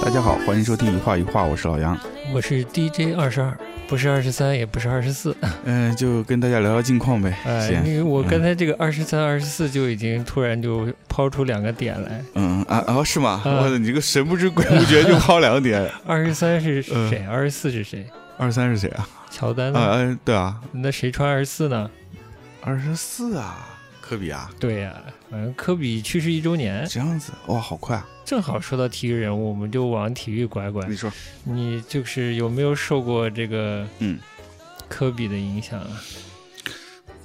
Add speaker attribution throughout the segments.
Speaker 1: 大家好，欢迎收听一画一画，我是老杨。
Speaker 2: 我是 DJ 二十二，不是二十三，也不是二十四。
Speaker 1: 嗯、就跟大家聊聊近况呗。
Speaker 2: 哎，
Speaker 1: 行
Speaker 2: 因为我
Speaker 1: 嗯
Speaker 2: 刚才这个二十三、二十四就已经突然就抛出两个点来。
Speaker 1: 嗯啊啊，是吗？
Speaker 2: 嗯
Speaker 1: 我、你这个神不知鬼不觉就抛两 点。
Speaker 2: 二十三是谁？二十四是谁？
Speaker 1: 二三是谁啊？
Speaker 2: 乔丹
Speaker 1: 嗯啊、
Speaker 2: 呢？
Speaker 1: 呃对啊，
Speaker 2: 那谁穿二十四呢？
Speaker 1: 二十四啊，科比啊，
Speaker 2: 对呀、反正科比去世一周年，
Speaker 1: 这样子哇，好快啊！
Speaker 2: 正好说到体育人物，我们就往体育拐拐
Speaker 1: 你。说，
Speaker 2: 你就是有没有受过这个
Speaker 1: 嗯，
Speaker 2: 科比的影响啊？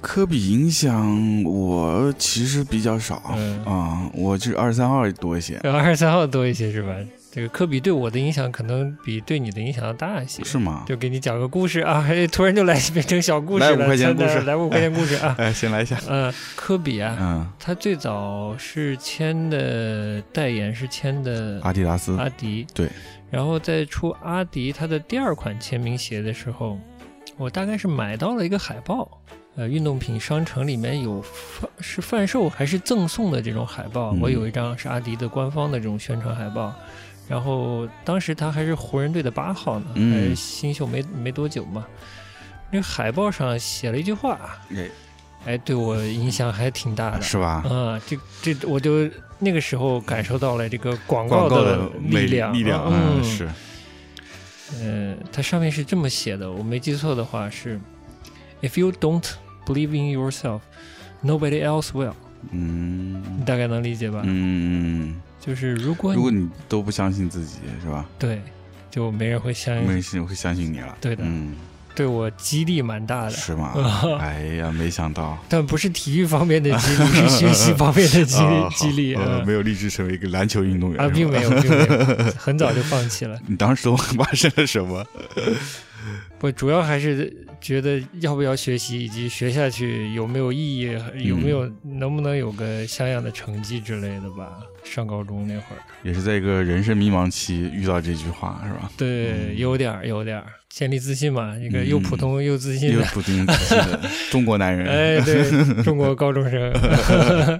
Speaker 1: 科比影响我其实比较少啊、
Speaker 2: 嗯
Speaker 1: 我就是二十三号多一些，
Speaker 2: 二十三号多一些是吧？这个科比对我的影响可能比对你的影响要大一些。
Speaker 1: 是吗？
Speaker 2: 就给你讲个故事啊， 哎突然就来变成小故事
Speaker 1: 来
Speaker 2: 了，
Speaker 1: 五块钱
Speaker 2: 真的
Speaker 1: 故事
Speaker 2: 来五块钱故事 啊，
Speaker 1: 哎，先来一下，
Speaker 2: 嗯、科比啊，
Speaker 1: 嗯，
Speaker 2: 他最早是签的代言是签的
Speaker 1: 阿迪达斯，
Speaker 2: 阿迪，
Speaker 1: 对，
Speaker 2: 然后在出阿迪他的第二款签名鞋的时候，我大概是买到了一个海报。呃，运动品商城里面有贩是贩售还是赠送的这种海报，
Speaker 1: 嗯
Speaker 2: 我有一张是阿迪的官方的这种宣传海报，然后当时他还是湖人队的八号呢，
Speaker 1: 嗯
Speaker 2: 还是新秀没没多久嘛。那海报上写了一句话，
Speaker 1: 哎，
Speaker 2: 哎，对我影响还挺大的。
Speaker 1: 是吧？
Speaker 2: 啊，这这我就那个时候感受到了这个广
Speaker 1: 广
Speaker 2: 告
Speaker 1: 告的
Speaker 2: 力
Speaker 1: 美
Speaker 2: 量，
Speaker 1: 力量，
Speaker 2: 嗯，
Speaker 1: 嗯，是，
Speaker 2: 呃，它上面是这么写的，我没记错的话是，If you don't believe in yourself, nobody else will。
Speaker 1: 嗯
Speaker 2: 你大概能理解吧？
Speaker 1: 嗯。
Speaker 2: 就是如果你
Speaker 1: 如果你都不相信自己，是吧？
Speaker 2: 对，就没人会相
Speaker 1: 没
Speaker 2: 信。
Speaker 1: 人会相信你了。
Speaker 2: 哎对的
Speaker 1: 嗯，
Speaker 2: 对我激励蛮大的，
Speaker 1: 是 吗？
Speaker 2: 啊
Speaker 1: 哎呀，没想到。
Speaker 2: 但不是体育方面的激 励，是学习方面的激
Speaker 1: 啊
Speaker 2: 励
Speaker 1: 好
Speaker 2: 激励。
Speaker 1: 呃
Speaker 2: 嗯
Speaker 1: 没有立志成为一个篮球运动员
Speaker 2: 啊，
Speaker 1: 是吧
Speaker 2: 并没有，并没 有，很早就放弃了。
Speaker 1: 你当时都发生了什么？
Speaker 2: 我主要还是觉得要不要学习，以及学下去有没有意义，有
Speaker 1: 嗯
Speaker 2: 没有、能不能有个像样的成绩之类的吧。上高中那会儿，
Speaker 1: 也是在一个人生迷茫期遇到这句话，是吧？
Speaker 2: 对，
Speaker 1: 嗯
Speaker 2: 有点儿，有点儿建立自信嘛，一个
Speaker 1: 嗯
Speaker 2: 又普通又自信
Speaker 1: 又
Speaker 2: 的，
Speaker 1: 不定自信的中国男人，
Speaker 2: 哎，对，中国高 中生，
Speaker 1: 嗯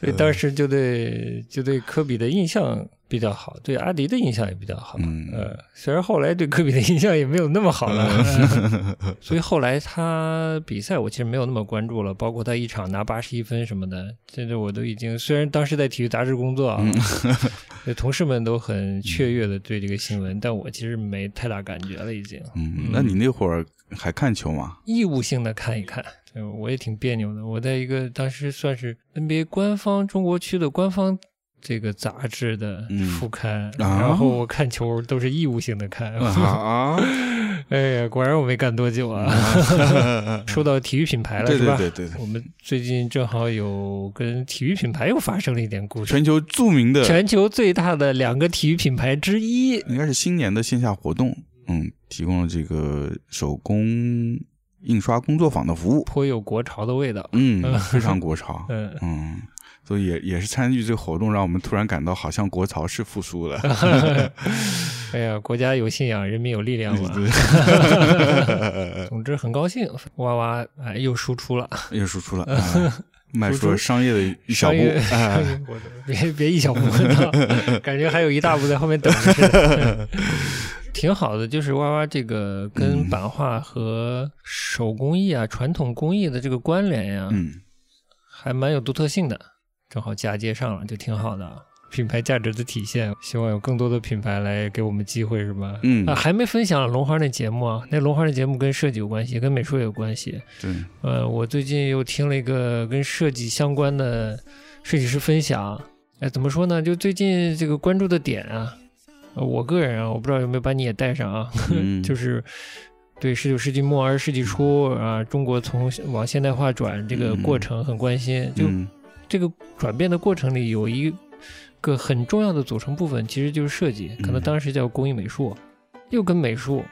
Speaker 2: 所以当时就对就对科比的印象比较好，对阿迪的印象也比较好。
Speaker 1: 嗯
Speaker 2: 呃，虽然后来对科比的印象也没有那么好了，
Speaker 1: 嗯
Speaker 2: 呃 所以后来他比赛我其实没有那么关注了，包括他一场拿八十一分什么的，这个我都已经虽然当时在体育杂志工作啊，
Speaker 1: 嗯
Speaker 2: 呃同事们都很雀跃的对这个新闻，但我其实没太大感觉了，已经
Speaker 1: 嗯
Speaker 2: 嗯，
Speaker 1: 那你那会儿还看球 吗？
Speaker 2: 义务性的看一看。对，我也挺别扭的。我在一个当时算是 NBA 官方中国区的官方这个杂志的
Speaker 1: 嗯
Speaker 2: 副刊，
Speaker 1: 啊
Speaker 2: 然后我看球都是义务性的看。
Speaker 1: 啊，
Speaker 2: 哎呀，果然我没干多久啊。 说到体育品牌了，
Speaker 1: 对
Speaker 2: 是吧？
Speaker 1: 对对对对，
Speaker 2: 我们最近正好有跟体育品牌又发生了一点故事。
Speaker 1: 全球著名的
Speaker 2: 全球最大的两个体育品牌之一，
Speaker 1: 应该是新年的线下活动，嗯，提供了这个手工印刷工作坊的服务，
Speaker 2: 颇有国潮的味道。
Speaker 1: 嗯，
Speaker 2: 嗯
Speaker 1: 非常国潮，
Speaker 2: 嗯，
Speaker 1: 嗯，所以也也是参与这个活动，让我们突然感到好像国潮是复苏 了，
Speaker 2: 哎呀，国家有信仰，人民有力量嘛。总之很高兴，哇哇，哎，又输出了，
Speaker 1: 又输 出了，啊迈出了商业的一小
Speaker 2: 商
Speaker 1: 步
Speaker 2: 业，
Speaker 1: 哎
Speaker 2: 商业活动，别别一小步，感觉还有一大步在后面等着似的。 挺好的，就是哇哇这个
Speaker 1: 嗯
Speaker 2: 跟版画和手工艺啊、传统工艺的这个关联呀、
Speaker 1: 嗯，
Speaker 2: 还蛮有独特性的，正好嫁接上了，就挺好的啊。品牌价值的体现，希望有更多的品牌来给我们机会，是吧？
Speaker 1: 嗯
Speaker 2: 啊，还没分享龙花那节目啊，那龙花那节目跟设计有关系，跟美术也有关系。
Speaker 1: 嗯对，
Speaker 2: 呃，我最近又听了一个跟设计相关的设计师分享，哎，怎么说呢？就最近这个关注的点啊，呃我个人啊，我不知道有没有把你也带上啊，
Speaker 1: 嗯
Speaker 2: 就是对十九世纪末二十世纪初啊，中国从往现代化转这个过程很关心。就
Speaker 1: 嗯
Speaker 2: 这个转变的过程里，有一个很重要的组成部分，其实就是设计，可能
Speaker 1: 嗯
Speaker 2: 当时叫工艺美术，又跟美术，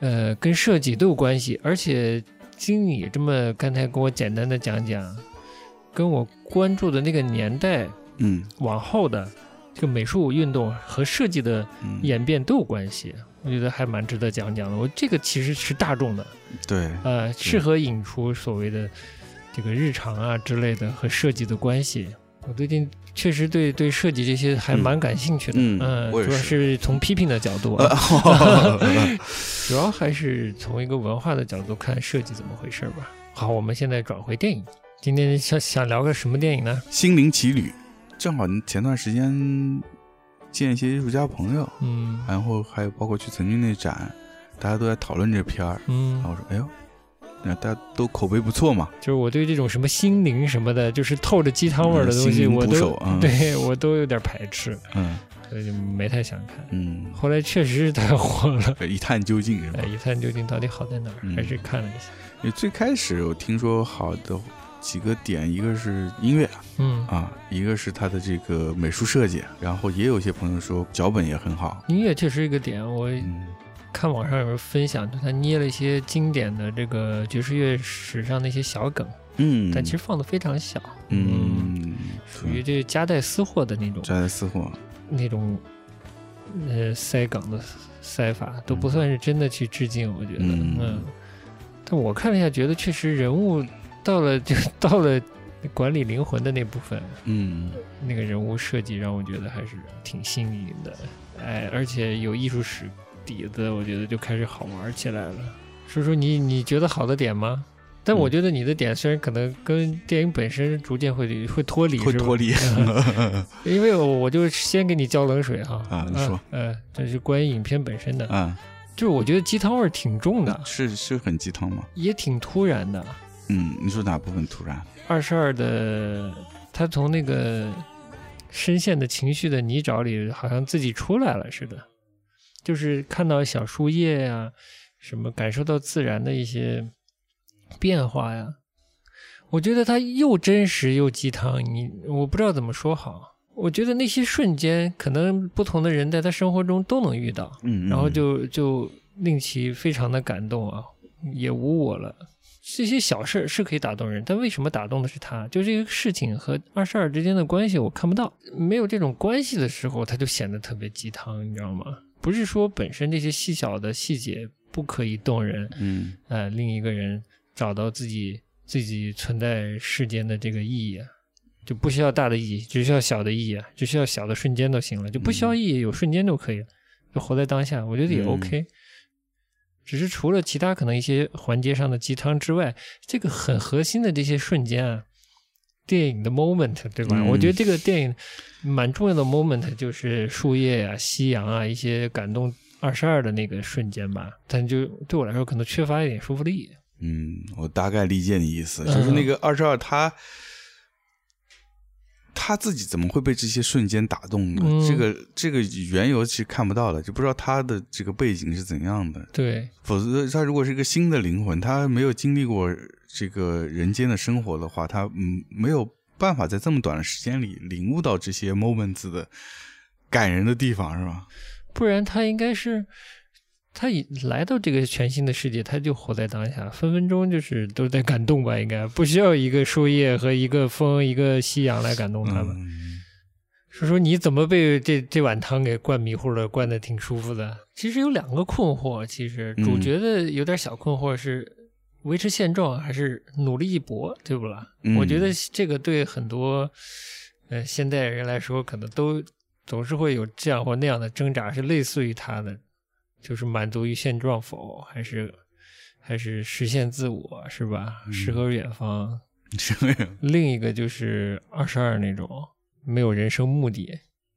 Speaker 2: 呃，跟设计都有关系。而且经你这么刚才给我简单的讲讲，跟我关注的那个年代
Speaker 1: 嗯
Speaker 2: 往后的这个美术运动和设计的
Speaker 1: 嗯，
Speaker 2: 演变都有关系。我觉得还蛮值得讲讲的。我这个其实是大众的，
Speaker 1: 对，
Speaker 2: 呃，适合引出所谓的这个日常啊之类的和设计的关系。我最近确实对对设计这些还蛮感兴趣的，
Speaker 1: 嗯
Speaker 2: 嗯，
Speaker 1: 嗯我也
Speaker 2: 主要
Speaker 1: 是
Speaker 2: 是从批评的角度、啊，
Speaker 1: 呃
Speaker 2: 主要还是从一个文化的角度看设计怎么回事儿吧。好，我们现在转回电影，今天想想聊个什么电影呢？
Speaker 1: 心灵奇旅，正好前段时间见一些艺术家朋友，
Speaker 2: 嗯
Speaker 1: 然后还有包括去曾经那展，大家都在讨论这片儿，然
Speaker 2: 嗯，
Speaker 1: 后我说，哎呦，那大家都口碑不错嘛，
Speaker 2: 就是我对这种什么心灵什么的，就是透着鸡汤味儿的东
Speaker 1: 心
Speaker 2: 西，
Speaker 1: 灵
Speaker 2: 我
Speaker 1: 捕手
Speaker 2: 都
Speaker 1: 啊，
Speaker 2: 对我都有点排斥，
Speaker 1: 嗯
Speaker 2: 所以就没太想看。
Speaker 1: 嗯，
Speaker 2: 后来确实是太火了，
Speaker 1: 一探究竟是吧
Speaker 2: 哎，？一探究竟到底好在哪儿，还
Speaker 1: 嗯
Speaker 2: 是看了一下。
Speaker 1: 因为最开始我听说好的几个点，一个是音乐
Speaker 2: 嗯，
Speaker 1: 啊，一个是它的这个美术设计，然后也有一些朋友说脚本也很好，
Speaker 2: 音乐确实一个点，我
Speaker 1: 嗯
Speaker 2: 看网上有人分享，就他捏了一些经典的这个爵士乐史上那些小梗，
Speaker 1: 嗯，
Speaker 2: 但其实放的非常小，
Speaker 1: 嗯，
Speaker 2: 属于这夹带私货的那种
Speaker 1: 摘的私货，
Speaker 2: 那种，呃，塞梗的塞法都不算是真的去致敬，我觉得，
Speaker 1: 嗯
Speaker 2: 嗯但我看了一下，觉得确实人物到了就 到了管理灵魂的那部分，
Speaker 1: 嗯
Speaker 2: 那个人物设计让我觉得还是挺新颖的，哎，而且有艺术史底子，我觉得就开始好玩起来了。说说你你觉得好的点吗？但
Speaker 1: 嗯
Speaker 2: 我觉得你的点虽然可能跟电影本身逐渐会会脱离，
Speaker 1: 会脱
Speaker 2: 离，
Speaker 1: 离，
Speaker 2: 因为我我就先给你浇冷水哈
Speaker 1: 啊你说，
Speaker 2: 呃，这是关于影片本身的，
Speaker 1: 啊，嗯
Speaker 2: 就是我觉得鸡汤味儿挺重的，
Speaker 1: 是是很鸡汤吗？
Speaker 2: 也挺突然的。
Speaker 1: 嗯，你说哪部分突然？
Speaker 2: 二十二的他从那个深陷的情绪的泥沼里，好像自己出来了似的，就是看到小树叶呀、什么感受到自然的一些变化呀。我觉得他又真实又鸡汤，你我不知道怎么说好。我觉得那些瞬间，可能不同的人在他生活中都能遇到，
Speaker 1: 嗯，
Speaker 2: 然后就就令其非常的感动啊，也无我了。这些小事儿是可以打动人，但为什么打动的是他？就这个事情和二十二之间的关系，我看不到。没有这种关系的时候，他就显得特别鸡汤，你知道吗？不是说本身这些细小的细节不可以动人，
Speaker 1: 嗯
Speaker 2: 呃，令一个人找到自己自己存在世间的这个意义、啊，就不需要大的意义，只需要小的意义、啊，只需要小的瞬间都行了，就不需要意义，有瞬间就可以了，就活在当下，我觉得也
Speaker 1: 嗯
Speaker 2: OK。只是除了其他可能一些环节上的鸡汤之外，这个很核心的这些瞬间啊，电影的 moment 对吧？
Speaker 1: 嗯
Speaker 2: 我觉得这个电影蛮重要的 moment 就是树叶啊、夕阳啊一些感动二十二的那个瞬间吧，但就对我来说可能缺乏一点说服力。
Speaker 1: 嗯，我大概理解你意思，就是那个二十二他。他自己怎么会被这些瞬间打动呢？
Speaker 2: 嗯
Speaker 1: 这个这个缘由是看不到的，就不知道他的这个背景是怎样的。
Speaker 2: 对，
Speaker 1: 否则，他如果是一个新的灵魂，他没有经历过这个人间的生活的话，他嗯没有办法在这么短的时间里领悟到这些 moments 的感人的地方，是吧？
Speaker 2: 不然他应该是他一来到这个全新的世界，他就活在当下，分分钟就是都在感动吧，应该不需要一个树叶和一个风、一个夕阳来感动他吧。
Speaker 1: 嗯
Speaker 2: 说说你怎么被这这碗汤给灌迷糊了，灌的挺舒服的。其实有两个困惑，其实
Speaker 1: 嗯
Speaker 2: 主角的有点小困惑是维持现状还是努力一搏，对不啦？
Speaker 1: 嗯
Speaker 2: 我觉得这个对很多呃现代人来说，可能都总是会有这样或那样的挣扎，是类似于他的，就是满足于现状否，还是还是实现自我，是吧？
Speaker 1: 嗯
Speaker 2: 诗和远方，
Speaker 1: 这个人
Speaker 2: 另一个就是二十二那种没有人生目的。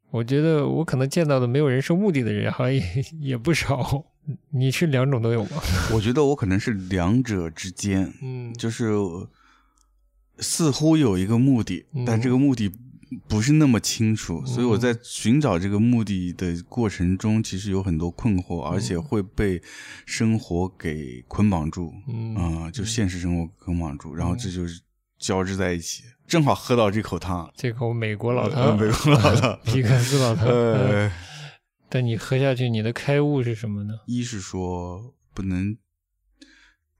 Speaker 2: 我觉得我可能见到的没有人生目的的人，好像也 也不少。你是两种都有吗？
Speaker 1: 我觉得我可能是两者之间，
Speaker 2: 嗯
Speaker 1: 就是似乎有一个目的，
Speaker 2: 嗯
Speaker 1: 但这个目的不是那么清楚，所以我在寻找这个目的的过程中，其实有很多困惑，而且会被生活给捆绑住，
Speaker 2: 嗯，
Speaker 1: 啊、就现实生活捆绑住，然后这就是交织在一起，正好喝到这口汤，
Speaker 2: 这口美国老
Speaker 1: 呃
Speaker 2: 汤，，
Speaker 1: 美国老汤
Speaker 2: 皮克斯老汤。嗯
Speaker 1: 呃，
Speaker 2: 但你喝下去，你的开悟是什么呢？
Speaker 1: 一是说不能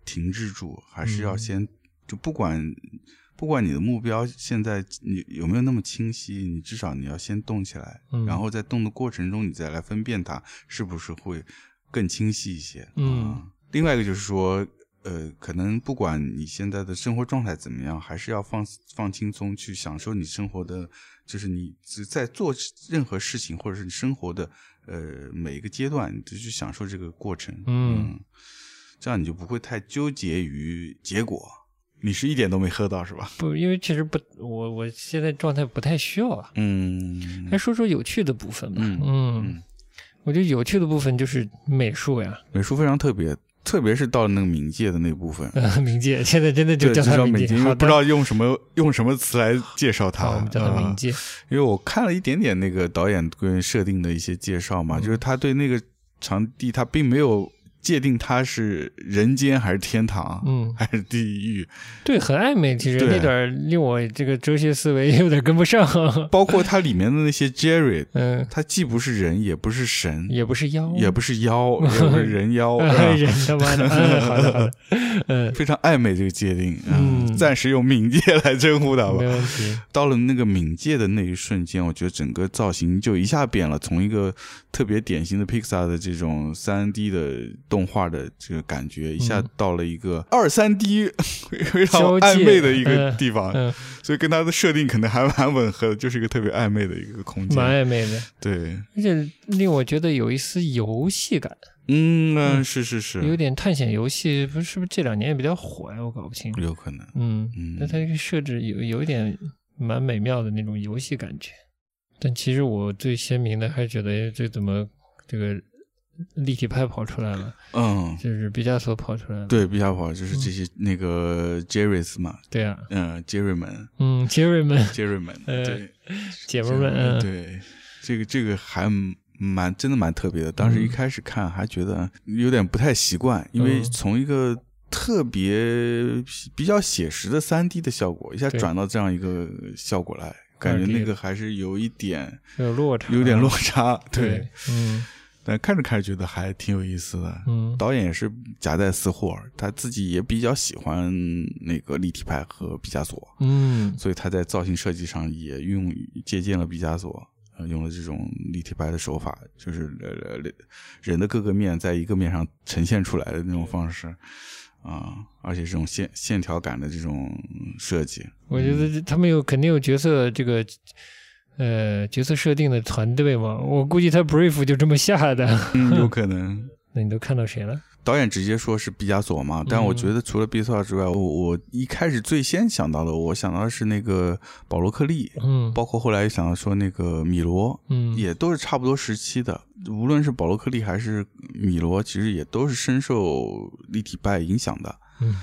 Speaker 1: 停滞住，还是要
Speaker 2: 嗯
Speaker 1: 先、就不管不管你的目标现在你有没有那么清晰，你至少你要先动起来，
Speaker 2: 嗯
Speaker 1: 然后在动的过程中，你再来分辨它是不是会更清晰一些。
Speaker 2: 嗯
Speaker 1: 啊另外一个就是说，呃，可能不管你现在的生活状态怎么样，还是要放放轻松，去享受你生活的，就是你只在做任何事情，或者是你生活的呃每一个阶段，你就去享受这个过程。
Speaker 2: 嗯
Speaker 1: 这样你就不会太纠结于结果。你是一点都没喝到是吧？
Speaker 2: 不，因为确实不，我我现在状态不太需要啊。
Speaker 1: 嗯
Speaker 2: 来说说有趣的部分吧。
Speaker 1: 嗯嗯
Speaker 2: 我觉得有趣的部分就是美术呀，
Speaker 1: 美术非常特别，特别是到了那个冥界的那部分，
Speaker 2: 呃，冥界现在真 的
Speaker 1: 对，
Speaker 2: 叫它
Speaker 1: 叫
Speaker 2: 冥
Speaker 1: 界，因为
Speaker 2: 好的
Speaker 1: 不知道用什么用什么词来介绍它。
Speaker 2: 好，我们叫它冥
Speaker 1: 啊
Speaker 2: 界。
Speaker 1: 因为我看了一点点那个导演跟设定的一些介绍
Speaker 2: 嗯
Speaker 1: 嘛，就是他对那个场地，他并没有界定它是人间还是天堂，
Speaker 2: 嗯，
Speaker 1: 还是地狱，
Speaker 2: 对，很暧昧。其实
Speaker 1: 对
Speaker 2: 那点儿令我这个哲学思维有 点跟不上。
Speaker 1: 包括它里面的那些 Jerry，
Speaker 2: 嗯，
Speaker 1: 他既不是人，也不是神，
Speaker 2: 也不是妖，
Speaker 1: 也不是妖，也不是人妖，是吧
Speaker 2: 哎人他妈 的。嗯，好的好的，嗯，
Speaker 1: 非常暧昧这个界定。啊
Speaker 2: 嗯
Speaker 1: 暂时用冥界来称呼它吧
Speaker 2: 没。问题。
Speaker 1: 到了那个冥界的那一瞬间，我觉得整个造型就一下变了，从一个特别典型的 Pixar 的这种三 D 的动画的这个感觉，一下到了一个二三 D 非常
Speaker 2: 嗯交界
Speaker 1: 暧昧的一个地方，
Speaker 2: 嗯，
Speaker 1: 所以跟它的设定可能还蛮吻合的，就是一个特别暧昧的一个空间。
Speaker 2: 蛮暧昧的，
Speaker 1: 对，
Speaker 2: 而且令我觉得有一丝游戏感，
Speaker 1: 嗯，那是是是，
Speaker 2: 有点探险游戏，不是是不是这两年也比较火呀？我搞不清。
Speaker 1: 有可能。
Speaker 2: 嗯，
Speaker 1: 嗯
Speaker 2: 那它这个设置有有一点蛮美妙的那种游戏感觉，但其实我最鲜明的还是觉得哎这怎么这个立体派跑出来了，
Speaker 1: 嗯，
Speaker 2: 就是毕加索跑出来了。
Speaker 1: 对，比较好，就是这
Speaker 2: 嗯
Speaker 1: 些、那个 Jerry's 嘛，
Speaker 2: 对啊，
Speaker 1: 嗯、杰瑞们，
Speaker 2: 嗯，杰瑞们
Speaker 1: 杰瑞们，
Speaker 2: 呃
Speaker 1: 对。
Speaker 2: 姐妹
Speaker 1: 这
Speaker 2: 们，
Speaker 1: 个
Speaker 2: 嗯，
Speaker 1: 对，这个这个还蛮真的蛮特别的。当时一
Speaker 2: 嗯
Speaker 1: 开始看还觉得有点不太习惯，因为
Speaker 2: 嗯
Speaker 1: 从一个特别比较写实的三 D 的效果，一下
Speaker 2: 对
Speaker 1: 转到这样一个效果来，感觉
Speaker 2: 2D
Speaker 1: 那个还是有一点
Speaker 2: 嗯有落差，
Speaker 1: 有点落差。对
Speaker 2: 对，，嗯
Speaker 1: 但看着看着觉得还挺有意思的。
Speaker 2: 嗯，
Speaker 1: 导演也是夹带私货，他自己也比较喜欢那个立体派和毕加索。
Speaker 2: 嗯
Speaker 1: 所以他在造型设计上也用借鉴了毕加索，呃，用了这种立体派的手法，就是呃呃人的各个面在一个面上呈现出来的那种方式，啊、而且这种线线条感的这种设计，
Speaker 2: 我觉得
Speaker 1: 嗯
Speaker 2: 这他们有肯定有角色这个。呃，角色设定的团队嘛，我估计他 brief 就这么下的。
Speaker 1: 嗯，有可能。
Speaker 2: 那你都看到谁了？
Speaker 1: 导演直接说是毕加索嘛，但我觉得除了毕加索之外，我我一开始最先想到的，我想到的是那个保罗·克利，
Speaker 2: 嗯，
Speaker 1: 包括后来想到说那个米罗，
Speaker 2: 嗯，
Speaker 1: 也都是差不多时期的。无论是保罗·克利还是米罗，其实也都是深受立体派影响的。
Speaker 2: 嗯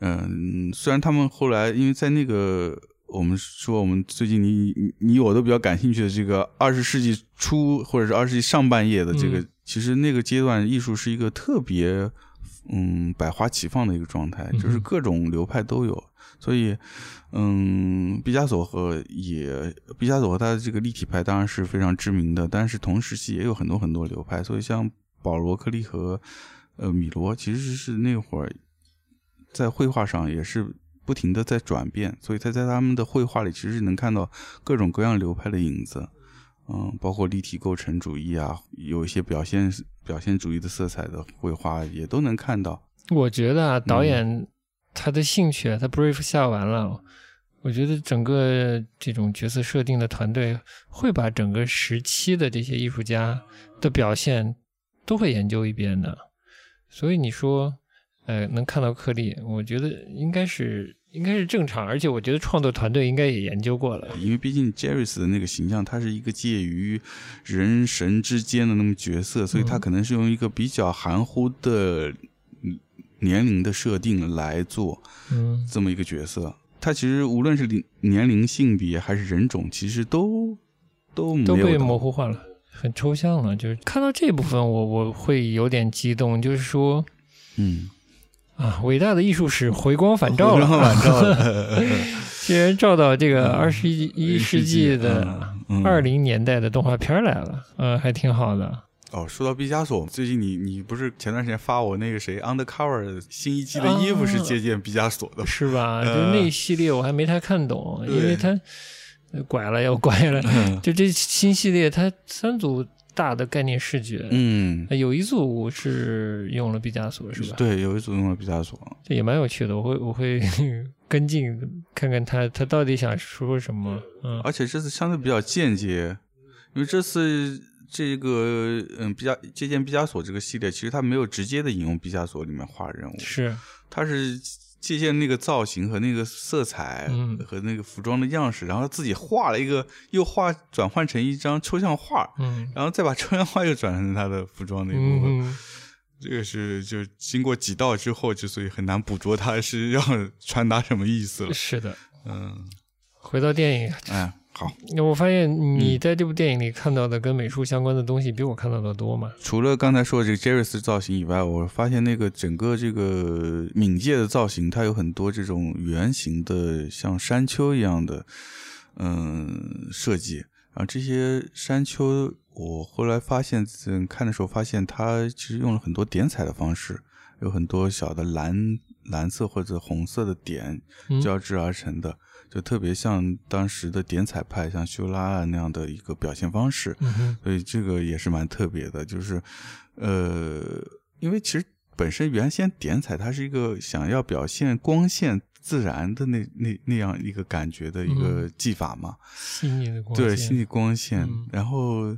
Speaker 1: 嗯，虽然他们后来因为在那个我们说我们最近你你你我都比较感兴趣的这个二十世纪初或者是二十世纪上半叶的这个，
Speaker 2: 嗯
Speaker 1: 其实那个阶段艺术是一个特别嗯百花齐放的一个状态，
Speaker 2: 嗯
Speaker 1: 就是各种流派都有。所以，嗯，毕加索和也毕加索和他的这个立体派当然是非常知名的，但是同时期也有很多很多流派，所以像保罗·克利和呃米罗其实是那会儿在绘画上也是不停的在转变，所以他在他们的绘画里其实是能看到各种各样流派的影子，嗯，包括立体构成主义啊，有一些表现表现主义的色彩的绘画也都能看到。
Speaker 2: 我觉得
Speaker 1: 嗯
Speaker 2: 啊，导演他的兴趣啊，他 brief 下完了，我觉得整个这种角色设定的团队会把整个时期的这些艺术家的表现都会研究一遍的。所以你说，呃，能看到颗粒，我觉得应该是应该是正常，而且我觉得创作团队应该也研究过了。
Speaker 1: 因为毕竟 Jerris 的那个形象，他是一个介于人神之间的那么角色，所以
Speaker 2: 嗯
Speaker 1: 他可能是用一个比较含糊的嗯年龄的设定来做
Speaker 2: 嗯
Speaker 1: 这么一个角色。他其实无论是龄年龄、性别还是人种，其实都都没
Speaker 2: 都被
Speaker 1: 有
Speaker 2: 模
Speaker 1: 到
Speaker 2: 糊化了，很抽象了。就是看到这部分我，我会有点激动，就是说
Speaker 1: 嗯，
Speaker 2: 啊，伟大的艺术史回光返照
Speaker 1: 然后
Speaker 2: 了，
Speaker 1: 晚照了，
Speaker 2: 竟然照到这个二十一世纪啊的
Speaker 1: 嗯嗯
Speaker 2: 二零年代的动画片儿来了，嗯，还挺好的。
Speaker 1: 哦，说到毕加索，最近你你不是前段时间发我那个谁 Undercover 新一季的衣
Speaker 2: 哦
Speaker 1: 服是借鉴毕加索的吗？
Speaker 2: 是吧？就
Speaker 1: 呃
Speaker 2: 那一系列我还没太看懂，
Speaker 1: 对
Speaker 2: 嗯 因为它呃拐了又拐了。就这新系列，它三组大的概念视觉。
Speaker 1: 嗯，
Speaker 2: 呃有一组是用了毕加索，是吧？
Speaker 1: 对，有一组用了毕加索，
Speaker 2: 这也蛮有趣的，我会我会 跟进看看他他到底想说什么。嗯，
Speaker 1: 而且这次相对比较间接，因为这次这个嗯，毕加借鉴毕加索这个系列，其实它没有直接的引用毕加索里面画人物，
Speaker 2: 是，
Speaker 1: 它是借鉴那个造型和那个色彩
Speaker 2: 嗯
Speaker 1: 和那个服装的样式，然后自己画了一个，又画转换成一张抽象画，
Speaker 2: 嗯
Speaker 1: 然后再把抽象画又转成他的服装那一部分。
Speaker 2: 嗯嗯，
Speaker 1: 这个是就经过几道之后，之所以很难捕捉它是要传达什么意思了。
Speaker 2: 是的。
Speaker 1: 嗯，
Speaker 2: 回到电影，
Speaker 1: 哎，好，
Speaker 2: 我发现你在这部电影里看到的跟美术相关的东西比我看到的多嘛？
Speaker 1: 除了刚才说的这个 Jerris 造型以外，我发现那个整个这个冥界的造型，它有很多这种圆形的，像山丘一样的，嗯，设计。然后这些山丘，我后来发现，嗯，看的时候发现它其实用了很多点彩的方式，有很多小的蓝蓝色或者红色的点
Speaker 2: 嗯
Speaker 1: 交织而成的，就特别像当时的点彩派，像修拉啊那样的一个表现方式。
Speaker 2: 嗯哼，
Speaker 1: 所以这个也是蛮特别的，就是，呃，因为其实本身原先点彩它是一个想要表现光线自然的那那那样一个感觉的一个技法嘛，
Speaker 2: 细腻的嗯光线，
Speaker 1: 对，心理光线，
Speaker 2: 嗯
Speaker 1: 然后。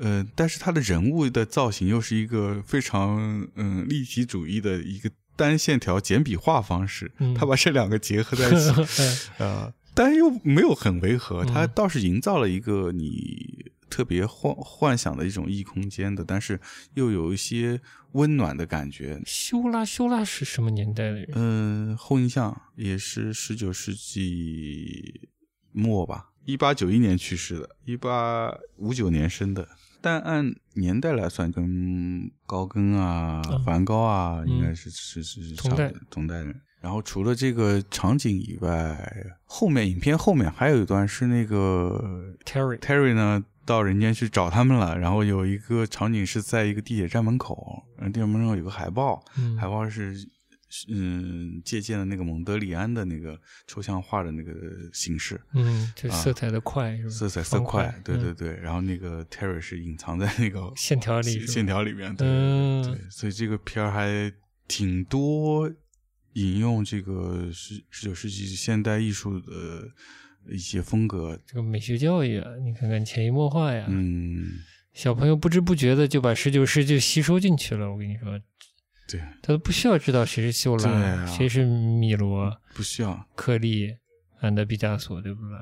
Speaker 1: 呃，但是他的人物的造型又是一个非常嗯立体主义的一个单线条简笔画方式，
Speaker 2: 嗯
Speaker 1: 他把这两个结合在一起， 啊，但又没有很违和，它
Speaker 2: 嗯
Speaker 1: 倒是营造了一个你特别幻幻想的一种异空间的，但是又有一些温暖的感觉。
Speaker 2: 修拉修拉是什么年代的人？呃
Speaker 1: 嗯、后印象也是十九世纪末吧，一八九一年去世的，一八五九年生的。但按年代来算，跟高更啊、
Speaker 2: 嗯
Speaker 1: 梵高啊，应该
Speaker 2: 嗯
Speaker 1: 是是是是
Speaker 2: 同
Speaker 1: 差不
Speaker 2: 代
Speaker 1: 多同代人。然后除了这个场景以外，后面影片后面还有一段是那个
Speaker 2: Terry，
Speaker 1: Terry 呢到人间去找他们了，然后有一个场景是在一个地铁站门口，嗯，地铁门口有个海报，
Speaker 2: 嗯
Speaker 1: 海报是嗯借鉴了那个蒙德里安的那个抽象画的那个形式，
Speaker 2: 嗯，就
Speaker 1: 啊
Speaker 2: 色彩的快是吧？
Speaker 1: 色彩色
Speaker 2: 嗯方块
Speaker 1: 块，对对
Speaker 2: 嗯
Speaker 1: 对，然后那个 Terry 是隐藏在那个
Speaker 2: 线条里是吧
Speaker 1: 线线条里面，对
Speaker 2: 嗯
Speaker 1: 对，所以这个片儿还挺多引用这个十十九世纪现代艺术的一些风格，
Speaker 2: 这个美学教育啊，你看看潜移默化呀，
Speaker 1: 嗯，
Speaker 2: 小朋友不知不觉的就把十九世纪吸收进去了。我跟你说，
Speaker 1: 对，
Speaker 2: 他都不需要知道谁是秀拉，
Speaker 1: 对啊
Speaker 2: 谁是米罗、
Speaker 1: 不需要。
Speaker 2: 克利、安德毕加索，对不啦？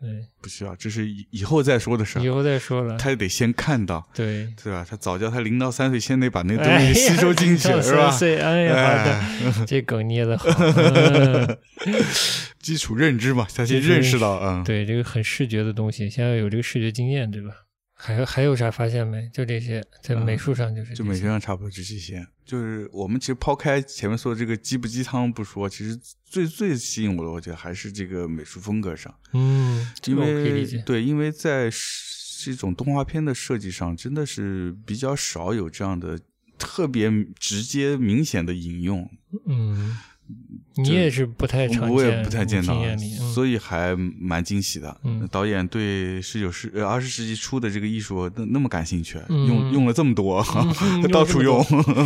Speaker 2: 对，
Speaker 1: 不需要，这是以以后再说的事
Speaker 2: 以
Speaker 1: 儿。
Speaker 2: 后再说了。
Speaker 1: 他得先看到，
Speaker 2: 对，
Speaker 1: 对吧？他早教他零到三岁，先得把那个
Speaker 2: 哎
Speaker 1: 东
Speaker 2: 呀
Speaker 1: 西吸收进去，
Speaker 2: 到
Speaker 1: 是吧
Speaker 2: 三？岁哎呀，好 的，这梗捏的好。嗯
Speaker 1: 基础认知嘛，他先
Speaker 2: 基础认
Speaker 1: 认
Speaker 2: 识
Speaker 1: 识到，嗯，
Speaker 2: 对，这个很视觉的东西，先要有这个视觉经验，对吧？还有还有啥发现没？就这些，在美术上就是
Speaker 1: 啊就
Speaker 2: 这
Speaker 1: 美
Speaker 2: 些
Speaker 1: 学上差不多就这些。就是我们其实抛开前面说的这个鸡不鸡汤不说，其实最最吸引我的，我觉得还是这个美术风格上，
Speaker 2: 嗯，这
Speaker 1: 因
Speaker 2: 个我可以
Speaker 1: 为
Speaker 2: 理解。
Speaker 1: 对，因为在是这种动画片的设计上，真的是比较少有这样的特别直接明显的引用，
Speaker 2: 嗯，你
Speaker 1: 就
Speaker 2: 也是不太常见，
Speaker 1: 我也不太
Speaker 2: 你
Speaker 1: 见到
Speaker 2: 经验里，，嗯
Speaker 1: 所以还蛮惊喜的。
Speaker 2: 嗯
Speaker 1: 导演对十九世呃二十世纪初的这个艺术那那么感兴趣，
Speaker 2: 嗯
Speaker 1: 用用了这么多，
Speaker 2: 嗯
Speaker 1: 到处用。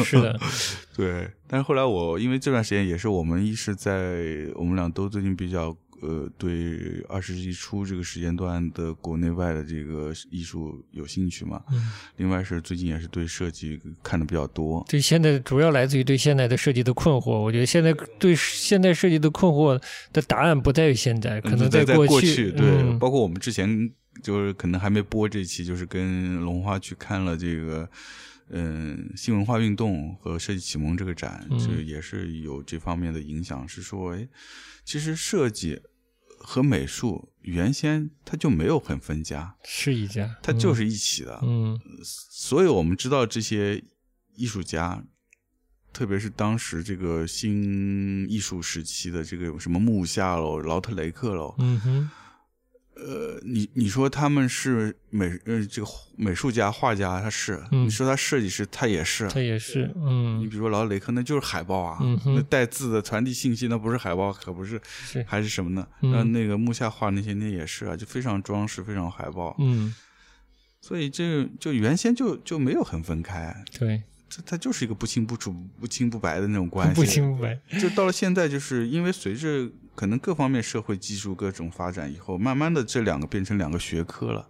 Speaker 2: 是的，
Speaker 1: 对，但是后来我因为这段时间也是我们一是在我们俩都最近比较呃对二十世纪初这个时间段的国内外的这个艺术有兴趣嘛，
Speaker 2: 嗯
Speaker 1: 另外是最近也是对设计看的比较多。
Speaker 2: 对现在主要来自于对现代的设计的困惑。我觉得现在对现代设计的困惑的答案不在于现在，可能
Speaker 1: 嗯在在
Speaker 2: 过
Speaker 1: 去，对，
Speaker 2: 嗯
Speaker 1: 包括我们之前就是可能还没播这期，就是跟龙花去看了这个。嗯，新文化运动和设计启蒙这个展，
Speaker 2: 嗯
Speaker 1: 这、也是有这方面的影响。是说，哎，其实设计和美术原先它就没有很分家，
Speaker 2: 是一家，
Speaker 1: 它就是一起的。
Speaker 2: 嗯
Speaker 1: 所以我们知道这些艺术家，特别是当时这个新艺术时期的这个什么木下喽、劳特雷克喽，
Speaker 2: 嗯哼，
Speaker 1: 呃，你你说他们是美呃这个美术家、画家，他是；
Speaker 2: 嗯
Speaker 1: 你说他设计师，他也是。
Speaker 2: 这也是，
Speaker 1: 你
Speaker 2: 嗯
Speaker 1: 比如说劳雷克，那就是海报啊，
Speaker 2: 嗯哼
Speaker 1: 那带字的传递信息，那不是海报，可不是，
Speaker 2: 是，
Speaker 1: 还是什么呢？
Speaker 2: 嗯
Speaker 1: 那那个木下画那些，那也是啊，就非常装饰，非常海报。
Speaker 2: 嗯
Speaker 1: 所以这就原先就就没有很分开，
Speaker 2: 对，
Speaker 1: 这它就是一个不清不楚、不清不白的那种关系。
Speaker 2: 不清不白，
Speaker 1: 就到了现在，就是因为随着可能各方面社会技术各种发展以后，慢慢的这两个变成两个学科了，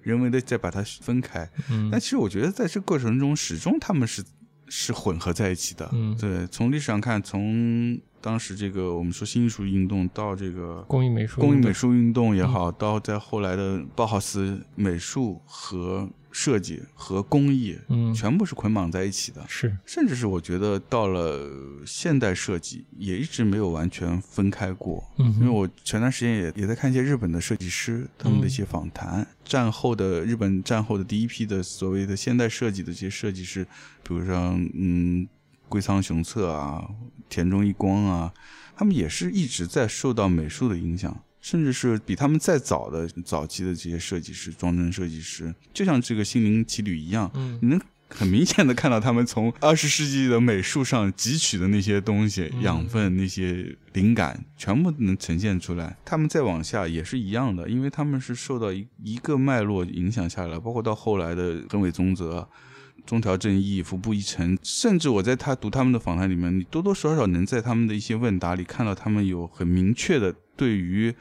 Speaker 1: 人为的再把它分开。
Speaker 2: 嗯
Speaker 1: 但其实我觉得在这过程中，始终他们是是混合在一起的。
Speaker 2: 嗯
Speaker 1: 对，从历史上看，从当时这个我们说新艺术运动到这个
Speaker 2: 工艺美术，嗯
Speaker 1: 工艺美，术运动也好，到在后来的包豪斯美术和设计和工艺，
Speaker 2: 嗯，
Speaker 1: 全部是捆绑在一起的。
Speaker 2: 是，
Speaker 1: 甚至是我觉得到了现代设计，也一直没有完全分开过。
Speaker 2: 嗯哼，
Speaker 1: 因为我前段时间也也在看一些日本的设计师他们的一些访谈，战后的日本战后的第一批的所谓的现代设计的这些设计师，比如像嗯龟仓雄策啊、田中一光啊，他们也是一直在受到美术的影响。甚至是比他们再早的早期的这些设计师、装帧设计师，就像这个心灵奇旅一样，
Speaker 2: 嗯
Speaker 1: 你能很明显的看到他们从 二十世纪的美术上汲取的那些东西、
Speaker 2: 嗯
Speaker 1: 养分、那些灵感，全部能呈现出来。他们再往下也是一样的，因为他们是受到一一个脉络影响下来，包括到后来的横尾宗泽。中条正义、服部一成，甚至我在他读他们的访谈里面，你多多少少能在他们的一些问答里看到他们有很明确的对于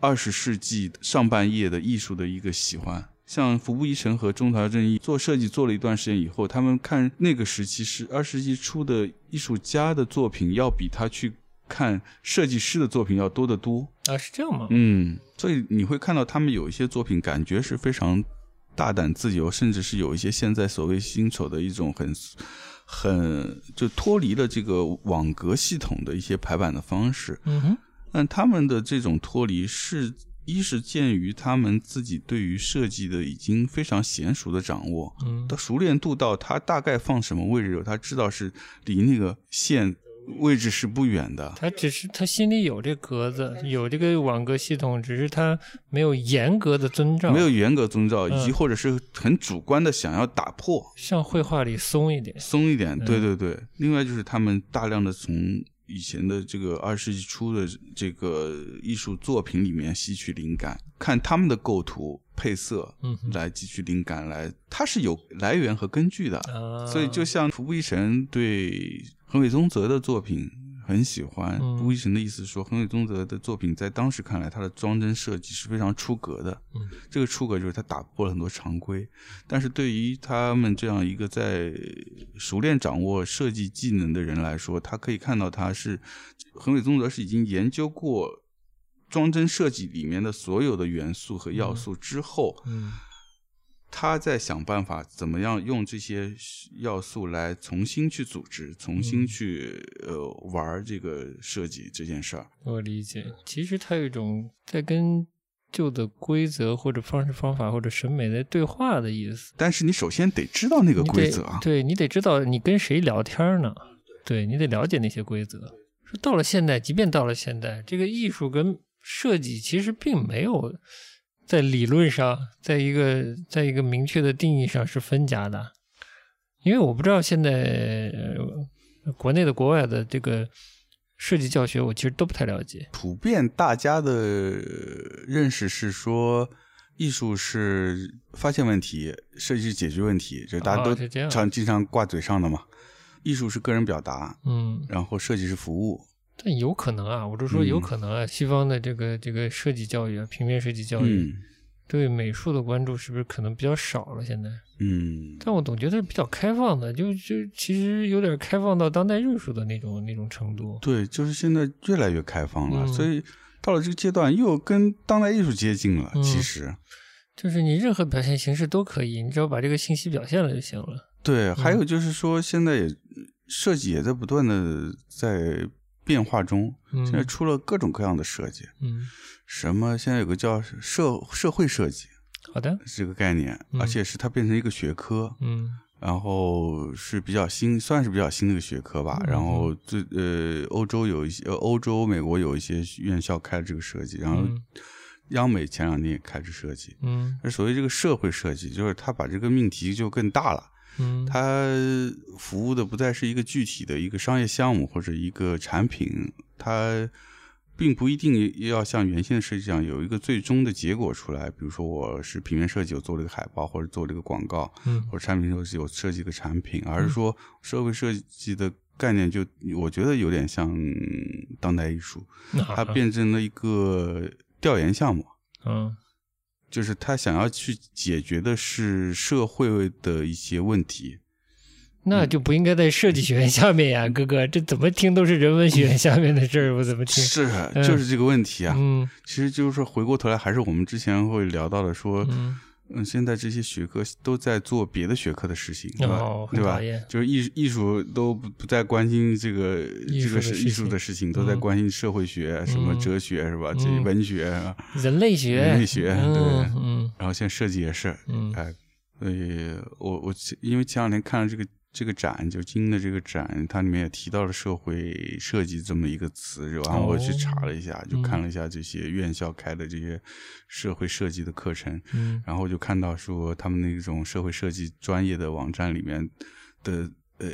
Speaker 1: 二十世纪上半叶的艺术的一个喜欢。像服部一成和中条正义做设计做了一段时间以后，他们看那个时期是二十世纪初的艺术家的作品，要比他去看设计师的作品要多得多。
Speaker 2: 啊，是这样吗？
Speaker 1: 嗯，所以你会看到他们有一些作品，感觉是非常大胆自由，甚至是有一些现在所谓新丑的一种很很就脱离了这个网格系统的一些排版的方式。
Speaker 2: 嗯哼，
Speaker 1: 但他们的这种脱离是，一是鉴于他们自己对于设计的已经非常娴熟的掌握，
Speaker 2: 嗯
Speaker 1: 到熟练度到他大概放什么位置，他知道是离那个线位置是不远的。
Speaker 2: 他只是他心里有这格子，有这个网格系统，只是他没有严格的遵照，
Speaker 1: 没有严格遵照，以及
Speaker 2: 啊嗯
Speaker 1: 或者是很主观的想要打破，
Speaker 2: 像绘画里松一点。
Speaker 1: 松一点，
Speaker 2: 嗯
Speaker 1: 对对对。另外就是他们大量的从以前的这个二十世纪初的这个艺术作品里面吸取灵感，看他们的构图、配色
Speaker 2: 嗯哼，
Speaker 1: 来汲取灵感，来它是有来源和根据的。
Speaker 2: 啊，
Speaker 1: 所以就像服部一成对横尾宗泽的作品很喜欢，
Speaker 2: 嗯
Speaker 1: 服部一成的意思是说，横尾宗泽的作品在当时看来，他的装帧设计是非常出格的。
Speaker 2: 嗯
Speaker 1: 这个出格就是他打破了很多常规，但是对于他们这样一个在熟练掌握设计技能的人来说，他可以看到他是横尾宗泽是已经研究过。装帧设计里面的所有的元素和要素之后，
Speaker 2: 嗯
Speaker 1: 他在想办法怎么样用这些要素来重新去组织，重
Speaker 2: 嗯
Speaker 1: 新去、呃玩儿这个设计这件事儿。
Speaker 2: 我理解，其实它有一种在跟旧的规则或者方式方法或者审美在对话的意思。
Speaker 1: 但是你首先得知道那个
Speaker 2: 你得
Speaker 1: 规则啊，
Speaker 2: 对你得知道你跟谁聊天呢，对你得了解那些规则。说到了现代，即便到了现代，这个艺术跟设计其实并没有在理论上，在一个在一个明确的定义上是分家的，因为我不知道现在、呃、国内的、国外的这个设计教学，我其实都不太了解。
Speaker 1: 普遍大家的呃认识是说，艺术是发现问题，设计是解决问题，这大家
Speaker 2: 哦
Speaker 1: 都
Speaker 2: 是这样
Speaker 1: 常经常挂嘴上的嘛。艺术是个人表达，
Speaker 2: 嗯，
Speaker 1: 然后设计是服务。
Speaker 2: 但有可能啊，我就说有
Speaker 1: 嗯
Speaker 2: 可能啊，西方的这个这个设计教育啊，平面设计教育、
Speaker 1: 嗯
Speaker 2: 对美术的关注是不是可能比较少了？现在，
Speaker 1: 嗯，
Speaker 2: 但我总觉得比较开放的，就就其实有点开放到当代艺术的那种那种程度。
Speaker 1: 对，就是现在越来越开放了，
Speaker 2: 嗯
Speaker 1: 所以到了这个阶段又跟当代艺术接近了。
Speaker 2: 嗯
Speaker 1: 其实，
Speaker 2: 就是你任何表现形式都可以，你只要把这个信息表现了就行了。
Speaker 1: 对，还
Speaker 2: 嗯
Speaker 1: 有就是说，现在也设计也在不断的在变化中，
Speaker 2: 嗯
Speaker 1: 现在出了各种各样的设计，
Speaker 2: 嗯，
Speaker 1: 什么现在有个叫社社会设计
Speaker 2: 好的，
Speaker 1: 这个概念，
Speaker 2: 嗯
Speaker 1: 而且是它变成一个学科，
Speaker 2: 嗯
Speaker 1: 然后是比较新，算是比较新的一个学科吧。
Speaker 2: 嗯
Speaker 1: 然后最呃，欧洲有一些，呃欧洲、美国有一些院校开了这个设计，然后
Speaker 2: 嗯
Speaker 1: 央美前两年也开始设计。
Speaker 2: 嗯
Speaker 1: 而所谓这个社会设计，就是它把这个命题就更大了，
Speaker 2: 嗯，
Speaker 1: 它服务的不再是一个具体的一个商业项目或者一个产品，它并不一定要像原先的设计这样有一个最终的结果出来。比如说，我是平面设计，我做了一个海报，或者做了一个广告，
Speaker 2: 嗯
Speaker 1: 或者产品设计，我设计一个产品，而是说社会设计的概念就，我觉得有点像当代艺术，
Speaker 2: 啊
Speaker 1: 它变成了一个调研项目。
Speaker 2: 嗯
Speaker 1: 就是他想要去解决的是社会的一些问题，
Speaker 2: 那就不应该在设计学院下面呀，哥哥，这怎么听都是人文学院下面的事儿，我怎么听？
Speaker 1: 是啊就是这个问题啊。
Speaker 2: 嗯
Speaker 1: 其实就是说，回过头来还是我们之前会聊到的，说，
Speaker 2: 嗯，
Speaker 1: 嗯，现在这些学科都在做别的学科的事情，对吧？
Speaker 2: 哦，很
Speaker 1: 对吧
Speaker 2: 讨？厌，
Speaker 1: 就是艺艺术都不不再关心这个
Speaker 2: 艺
Speaker 1: 这
Speaker 2: 术
Speaker 1: 个
Speaker 2: 的
Speaker 1: 是
Speaker 2: 事
Speaker 1: 艺术
Speaker 2: 情
Speaker 1: 的事情，都在
Speaker 2: 嗯
Speaker 1: 关心社会学、啊什么
Speaker 2: 嗯
Speaker 1: 哲学是吧？
Speaker 2: 嗯
Speaker 1: 这些文学啊，
Speaker 2: 人类学，
Speaker 1: 人类学对
Speaker 2: 嗯嗯
Speaker 1: 然后现在设计也是，
Speaker 2: 嗯
Speaker 1: 哎，所以我我前因为前两天看了这个这个展，就金的这个展，它里面也提到了社会设计这么一个词，然后我
Speaker 2: 哦
Speaker 1: 去查了一下，就
Speaker 2: 嗯
Speaker 1: 看了一下这些院校开的这些社会设计的课程，
Speaker 2: 嗯
Speaker 1: 然后就看到说他们那种社会设计专业的网站里面的呃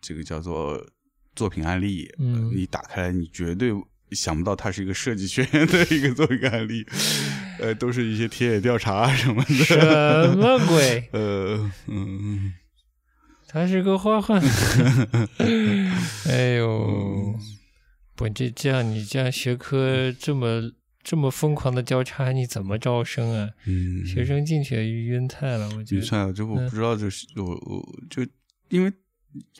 Speaker 1: 这个叫做作品案例，
Speaker 2: 嗯
Speaker 1: 你打开来你绝对。想不到它是一个设计学院的一个作品案例，呃，都是一些田野调查啊什么的，
Speaker 2: 什么鬼？
Speaker 1: 呃，嗯，
Speaker 2: 他是个 花花。哎呦，
Speaker 1: 嗯
Speaker 2: 不，这这样你这样学科这么这么疯狂的交叉，你怎么招生啊？
Speaker 1: 嗯，
Speaker 2: 学生进去也晕菜了，我觉
Speaker 1: 你
Speaker 2: 得。
Speaker 1: 算了，这我不知道，这是我我就因为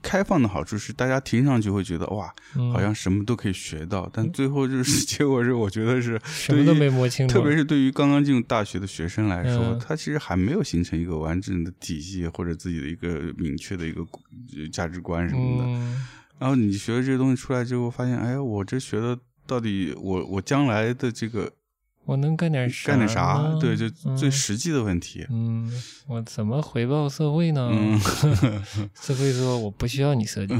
Speaker 1: 开放的好处是，大家听上去会觉得哇，
Speaker 2: 嗯
Speaker 1: 好像什么都可以学到，但最后就是 结果是，我觉得是
Speaker 2: 什
Speaker 1: 对
Speaker 2: 么
Speaker 1: 于
Speaker 2: 都没摸清楚，
Speaker 1: 特别是对于刚刚进入大学的学生来说，
Speaker 2: 嗯
Speaker 1: 他其实还没有形成一个完整的体系或者自己的一个明确的一个呃价值观什么的。
Speaker 2: 嗯
Speaker 1: 然后你学了这些东西出来之后，发现哎呀，我这学的到底我我将来的这个
Speaker 2: 我能干点啥？嗯
Speaker 1: 干点啥？对，就
Speaker 2: 就
Speaker 1: 最实际的问题。
Speaker 2: 嗯，嗯我怎么回报社会呢？
Speaker 1: 嗯
Speaker 2: 社会说我不需要你设计，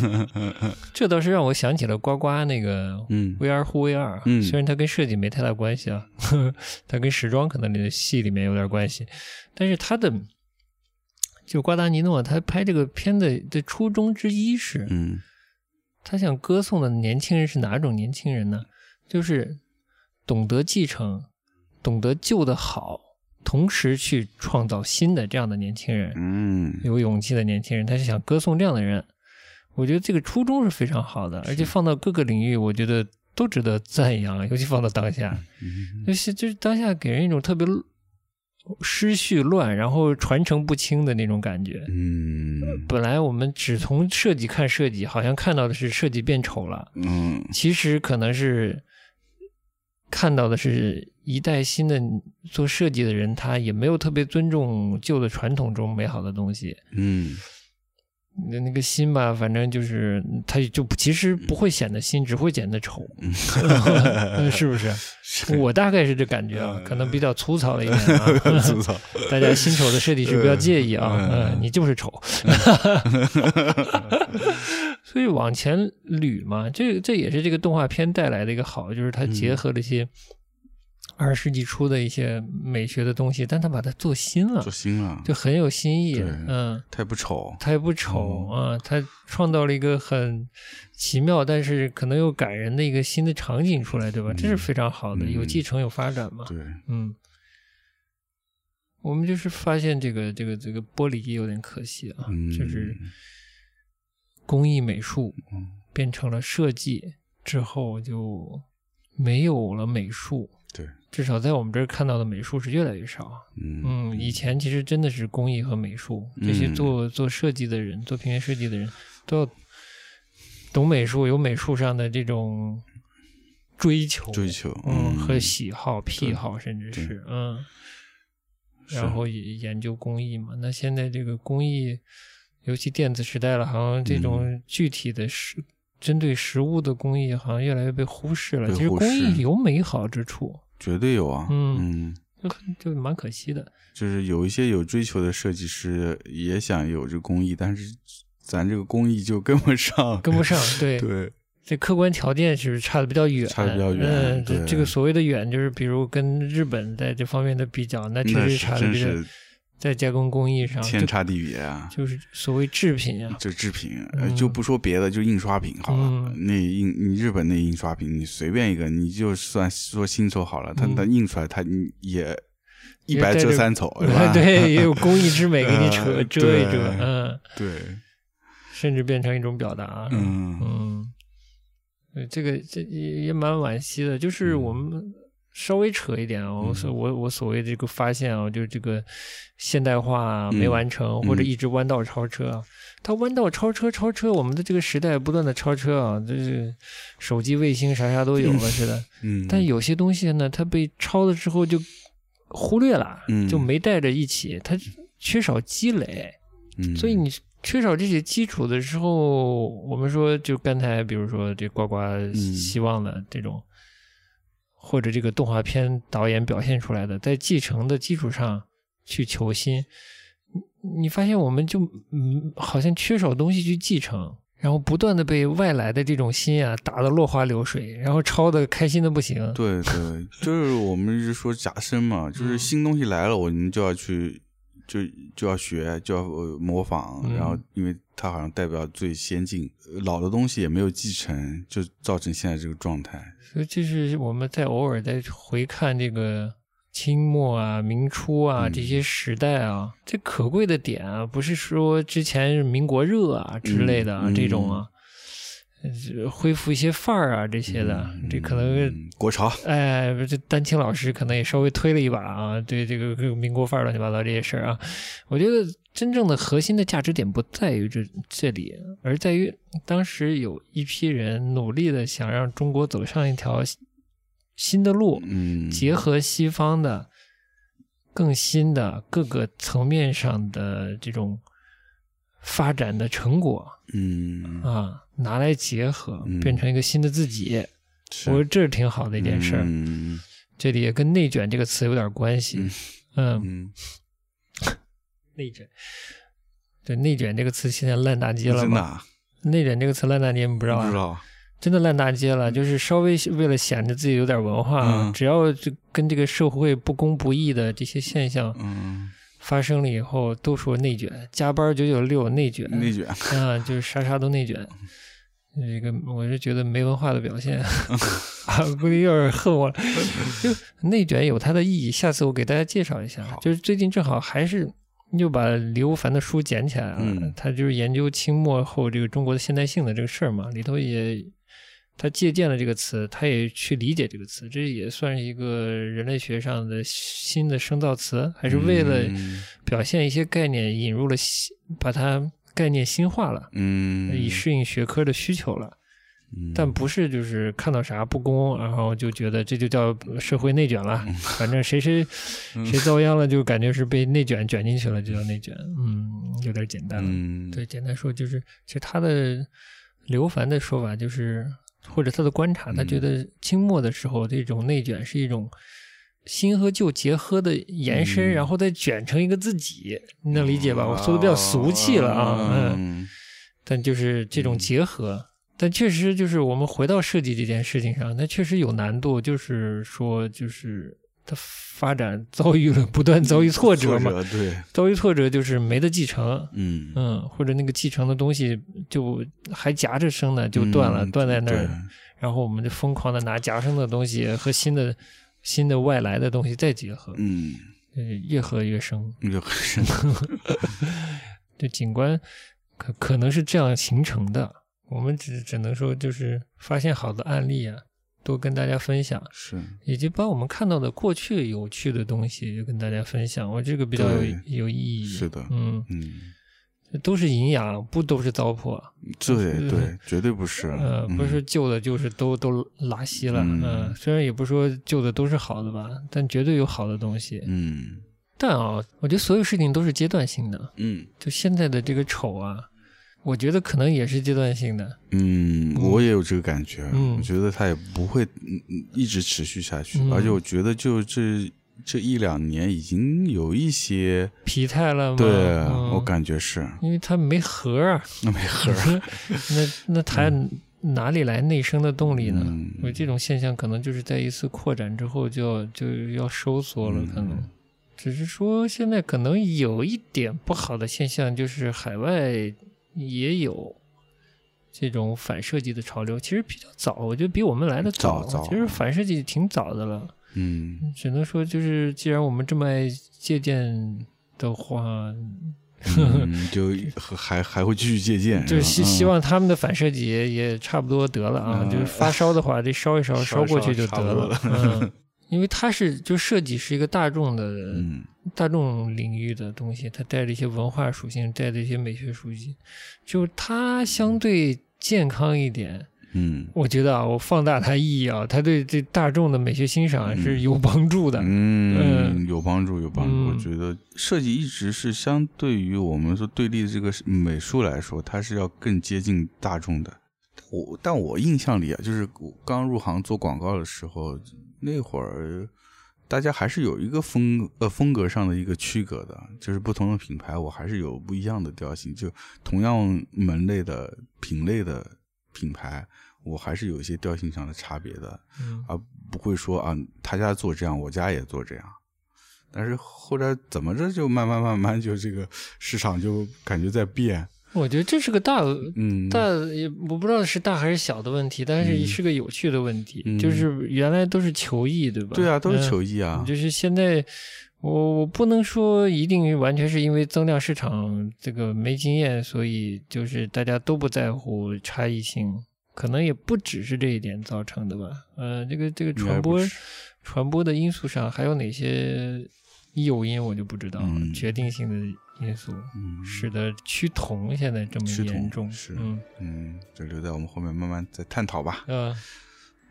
Speaker 2: 这倒是让我想起了呱呱那个
Speaker 1: 嗯
Speaker 2: VR 护 VR，、
Speaker 1: 嗯
Speaker 2: 虽然它跟设计没太大关系啊，它跟时装可能那个戏里面有点关系，但是它的就瓜达尼诺他拍这个片子的初衷之一是，
Speaker 1: 嗯
Speaker 2: 他想歌颂的年轻人是哪种年轻人呢？就是懂得继承、懂得旧的好，同时去创造新的这样的年轻人，
Speaker 1: 嗯
Speaker 2: 有勇气的年轻人，他是想歌颂这样的人。我觉得这个初衷是非常好的，而且放到各个领域，我觉得都值得赞扬，尤其放到当下，
Speaker 1: 嗯
Speaker 2: 尤其就是当下给人一种特别失序乱，然后传承不清的那种感觉。
Speaker 1: 嗯
Speaker 2: 本来我们只从设计看设计，好像看到的是设计变丑了，
Speaker 1: 嗯
Speaker 2: 其实可能是看到的是一代新的做设计的人，他也没有特别尊重旧的传统中美好的东西。
Speaker 1: 嗯
Speaker 2: 那那个新吧，反正就是它就不其实不会显得新，只会显得丑，
Speaker 1: 嗯
Speaker 2: 是不是？我大概是这感觉
Speaker 1: 嗯
Speaker 2: 啊，可能比较粗糙了一点啊。
Speaker 1: 吐槽，
Speaker 2: 大家新丑的设计师不要介意啊，
Speaker 1: 嗯
Speaker 2: 嗯，你就是丑。 所以往前捋嘛，这这也是这个动画片带来的一个好，就是它
Speaker 1: 嗯
Speaker 2: 结合了一些二十世纪初的一些美学的东西，但它把它做新了
Speaker 1: 做，新了，
Speaker 2: 就很有新意
Speaker 1: 对。
Speaker 2: 嗯，
Speaker 1: 太不丑，
Speaker 2: 它也不丑
Speaker 1: 哦
Speaker 2: 啊，它创造了一个很奇妙，但是可能又感人的一个新的场景出来，对吧？这是非常好的，
Speaker 1: 嗯
Speaker 2: 有继承有发展嘛。
Speaker 1: 对，
Speaker 2: 嗯，我们就是发现这个这个这个玻璃有点可惜啊，
Speaker 1: 嗯
Speaker 2: 就是工艺美术
Speaker 1: 嗯
Speaker 2: 变成了设计之后就没有了美术，
Speaker 1: 对，
Speaker 2: 至少在我们这儿看到的美术是越来越少。
Speaker 1: 嗯
Speaker 2: 嗯，以前其实真的是工艺和美术这些
Speaker 1: 嗯
Speaker 2: 做做设计的人，做平面设计的人都要懂美术，有美术上的这种追求，
Speaker 1: 追求，
Speaker 2: 嗯，
Speaker 1: 嗯
Speaker 2: 和喜好、癖
Speaker 1: 对
Speaker 2: 好，甚至
Speaker 1: 对
Speaker 2: 是嗯，
Speaker 1: 是
Speaker 2: 然后也研究工艺嘛。那现在这个工艺，尤其电子时代了，好像这
Speaker 1: 嗯
Speaker 2: 种具体的实、针对实物的工艺，好像越来越被忽视了。
Speaker 1: 被
Speaker 2: 其实
Speaker 1: 忽
Speaker 2: 工
Speaker 1: 视
Speaker 2: 艺有美好之处，
Speaker 1: 绝对有啊，
Speaker 2: 嗯
Speaker 1: 嗯。
Speaker 2: 就很就蛮可惜的。
Speaker 1: 就是有一些有追求的设计师也想有这工艺，但是咱这个工艺就跟不上，
Speaker 2: 跟不 上，对，
Speaker 1: 对，
Speaker 2: 这客观条件是差的比较远，
Speaker 1: 差得比较远
Speaker 2: 嗯，这
Speaker 1: 对
Speaker 2: 这个所谓的远，就是比如跟日本在这方面的比较，那确
Speaker 1: 那
Speaker 2: 实
Speaker 1: 是
Speaker 2: 差的
Speaker 1: 真
Speaker 2: 比较。
Speaker 1: 是
Speaker 2: 在加工工艺上，
Speaker 1: 天
Speaker 2: 就
Speaker 1: 差地别啊。
Speaker 2: 就是所谓制品 啊，
Speaker 1: 这制品，呃就不说别的，就印刷品好了。
Speaker 2: 嗯
Speaker 1: 那印你日本那印刷品，你随便一个，你就算说新手好了，它
Speaker 2: 嗯
Speaker 1: 它印出来，它也一
Speaker 2: 也
Speaker 1: 白
Speaker 2: 带
Speaker 1: 遮
Speaker 2: 着
Speaker 1: 三 丑，是吧？
Speaker 2: 对，也有工艺之美给你扯、
Speaker 1: 呃
Speaker 2: 遮一遮
Speaker 1: 哎 对，
Speaker 2: 嗯，
Speaker 1: 对，
Speaker 2: 甚至变成一种表达，啊
Speaker 1: 嗯
Speaker 2: 嗯，对，这个这也也蛮惋惜的，就是
Speaker 1: 嗯
Speaker 2: 我们稍微扯一点啊，我所我我所谓这个发现啊，就是这个现代化啊没
Speaker 1: 嗯
Speaker 2: 完成，或者
Speaker 1: 嗯
Speaker 2: 一直弯道超车啊。它弯道超车，超车，我们的这个时代不断的超车啊，就是手机、卫星啥啥都有了似的。
Speaker 1: 嗯，
Speaker 2: 但有些东西呢，它被超了之后就忽略了，
Speaker 1: 嗯
Speaker 2: 就没带着一起，它缺少积累。
Speaker 1: 嗯
Speaker 2: 所以你缺少这些基础的时候，我们说就刚才比如说这呱呱希望的这种，或者这个动画片导演表现出来的，在继承的基础上去求新，你你发现我们就嗯好像缺少东西去继承。然后不断的被外来的这种心啊打得落花流水，然后抄的开心的不 行。
Speaker 1: 对对，就是我们一直说假声嘛，就是
Speaker 2: 嗯
Speaker 1: 新东西来了，我们就要去，就就要学，就要呃模仿，
Speaker 2: 嗯
Speaker 1: 然后因为它好像代表最先进，呃老的东西也没有继承，就造成现在这个状态。
Speaker 2: 所以这是我们在偶尔在回看这个清末啊、明初啊
Speaker 1: 嗯
Speaker 2: 这些时代啊，这可贵的点啊，不是说之前是民国热啊之类的啊、
Speaker 1: 嗯
Speaker 2: 这种啊，呃恢复一些范儿啊这些的，这可能。
Speaker 1: 嗯国潮，
Speaker 2: 哎，这丹青老师可能也稍微推了一把啊，对这个这个民国范儿乱七八糟这些事儿啊，我觉得真正的核心的价值点不在于这这里，而在于当时有一批人努力的想让中国走上一条新的路，
Speaker 1: 嗯，
Speaker 2: 结合西方的更新的各个层面上的这种发展的成果
Speaker 1: 嗯，
Speaker 2: 啊，拿来结合
Speaker 1: 嗯，
Speaker 2: 变成一个新的自己。
Speaker 1: 是
Speaker 2: 我觉得这是挺好的一件事儿。
Speaker 1: 嗯
Speaker 2: 这里也跟“内卷”这个词有点关系。嗯，
Speaker 1: 嗯，
Speaker 2: 内卷，对“内卷”这个词现在烂大街了
Speaker 1: 真的
Speaker 2: 吗？
Speaker 1: 啊
Speaker 2: 内卷”这个词烂大街，你不知道
Speaker 1: 不
Speaker 2: 啊？
Speaker 1: 知道，
Speaker 2: 真的烂大街了，就是稍微为了显得自己有点文化，啊
Speaker 1: 嗯
Speaker 2: 只要这跟这个社会不公不义的这些现象
Speaker 1: 嗯，
Speaker 2: 发生了以后，都说内卷，加班九九六内卷，
Speaker 1: 内卷，
Speaker 2: 啊，就是啥啥都内卷。这个我是觉得没文化的表现， 啊，估计又是恨 我了。就内卷有它的意义，下次我给大家介绍一下
Speaker 1: 好。
Speaker 2: 就是最近正好还是又把刘凡的书捡起来了，
Speaker 1: 嗯
Speaker 2: 他就是研究清末后这个中国的现代性的这个事儿嘛，里头也他借鉴了这个词，他也去理解这个词，这也算是一个人类学上的新的生造词，还是为了
Speaker 1: 嗯
Speaker 2: 表现一些概念，引入了新，把它概念新化了，
Speaker 1: 嗯，
Speaker 2: 以适应学科的需求了。
Speaker 1: 嗯
Speaker 2: 但不是就是看到啥不公，然后就觉得这就叫社会内卷了。
Speaker 1: 嗯
Speaker 2: 反正谁谁谁遭殃了，就感觉是被内卷卷进去了，就叫内卷。嗯，有点简单了。
Speaker 1: 嗯，
Speaker 2: 对，简单说就是，其实他的刘凡的说法就是，或者他的观察，他觉得清末的时候这种内卷是一种新和旧结合的延伸，
Speaker 1: 嗯
Speaker 2: 然后再卷成一个自己，你能理解吧？我说的比较俗气了啊，嗯，
Speaker 1: 嗯
Speaker 2: 但就是这种结合。但确实，就是我们回到设计这件事情上，它确实有难度，就是说，就是它发展 遭遇了不断遭遇挫折嘛，，
Speaker 1: 对，
Speaker 2: 遭遇挫折就是没得继承，
Speaker 1: 嗯
Speaker 2: 嗯，或者那个继承的东西就还夹着生呢，就断了，
Speaker 1: 嗯
Speaker 2: 断在那
Speaker 1: 对
Speaker 2: 儿。然后我们就疯狂的拿夹生的东西和新的新的外来的东西再结合，
Speaker 1: 嗯，
Speaker 2: 呃越合越生。
Speaker 1: 那个很深，
Speaker 2: 就景观可可能是这样形成的。我们只只能说，就是发现好的案例啊，多跟大家分享，
Speaker 1: 是
Speaker 2: 以及把我们看到的过去有趣的东西就跟大家分享。我这个比较有
Speaker 1: 对
Speaker 2: 有意义。
Speaker 1: 是的
Speaker 2: 嗯，
Speaker 1: 嗯，
Speaker 2: 都是营养，不都是糟粕。啊
Speaker 1: 对对，绝对不是，
Speaker 2: 呃，不是旧的，就是都都拉稀了。
Speaker 1: 嗯
Speaker 2: 嗯、虽然也不说旧的都是好的吧，但绝对有好的东西。
Speaker 1: 嗯，
Speaker 2: 但啊，我觉得所有事情都是阶段性的。
Speaker 1: 嗯
Speaker 2: 就现在的这个丑啊，我觉得可能也是阶段性的。
Speaker 1: 嗯嗯，我也有这个感觉，
Speaker 2: 嗯
Speaker 1: 我觉得它也不会嗯嗯一直持续下去，
Speaker 2: 嗯
Speaker 1: 而且我觉得就这这一两年已经有一些，
Speaker 2: 疲态了吗？
Speaker 1: 对
Speaker 2: 嗯
Speaker 1: 我感觉是
Speaker 2: 因为它没核儿，
Speaker 1: 那没合，
Speaker 2: 那那它哪里来内生的动力呢？
Speaker 1: 嗯
Speaker 2: 我
Speaker 1: 嗯
Speaker 2: 这种现象可能就是在一次扩展之后就要就要收缩了，可能。只是说现在可能有一点不好的现象，就是海外也有这种反设计的潮流，其实比较早，我觉得比我们来的
Speaker 1: 早早
Speaker 2: 其实反设计挺早的了，
Speaker 1: 嗯，
Speaker 2: 只能说就是既然我们这么爱借鉴的话，
Speaker 1: 嗯就还还会继续借鉴， 嗯
Speaker 2: 就
Speaker 1: 吧
Speaker 2: 是希希望他们的反射计也也差不多得了啊，
Speaker 1: 嗯
Speaker 2: 就是发烧的话，这烧一烧，
Speaker 1: 烧一烧
Speaker 2: 过去就得了。
Speaker 1: 差
Speaker 2: 嗯，因为它是就设计是一个大众的、
Speaker 1: 嗯
Speaker 2: 大众领域的东西，它带着一些文化属性，带着一些美学属性，就它相对健康一点。
Speaker 1: 嗯
Speaker 2: 我觉得啊，我放大它意义啊，它对这大众的美学欣赏是有帮助的。
Speaker 1: 嗯，有帮助，有帮助。
Speaker 2: 嗯
Speaker 1: 我觉得设计一直是相对于我们说对立的这个美术来说，它是要更接近大众的。我但我印象里啊，就是我刚入行做广告的时候，那会儿大家还是有一个风呃风格上的一个区隔的，就是不同的品牌，我还是有不一样的调性。就同样门类的品类的品牌，我还是有一些调性上的差别的。
Speaker 2: 嗯
Speaker 1: 啊，不会说啊，他家做这样，我家也做这样。但是后来怎么着就慢慢慢慢就这个市场就感觉在变，
Speaker 2: 我觉得这是个大
Speaker 1: 嗯，
Speaker 2: 大也我不知道是大还是小的问题，但
Speaker 1: 嗯
Speaker 2: 是是个有趣的问题，
Speaker 1: 嗯
Speaker 2: 就是原来都是求艺，对吧？
Speaker 1: 对啊，都是
Speaker 2: 嗯
Speaker 1: 球艺啊，
Speaker 2: 就是现在，我我不能说一定完全是因为增量市场这个没经验，所以就是大家都不在乎差异性，可能也不只是这一点造成的吧。呃，这个这个
Speaker 1: 应该
Speaker 2: 传
Speaker 1: 不
Speaker 2: 播
Speaker 1: 是
Speaker 2: 传播的因素上还有哪些诱因，我就不知道了，
Speaker 1: 嗯
Speaker 2: 决定性的因素。
Speaker 1: 嗯
Speaker 2: 使得趋同现在这么
Speaker 1: 趋同
Speaker 2: 严重，
Speaker 1: 是
Speaker 2: 嗯
Speaker 1: 嗯，就留在我们后面慢慢再探讨吧。
Speaker 2: 呃，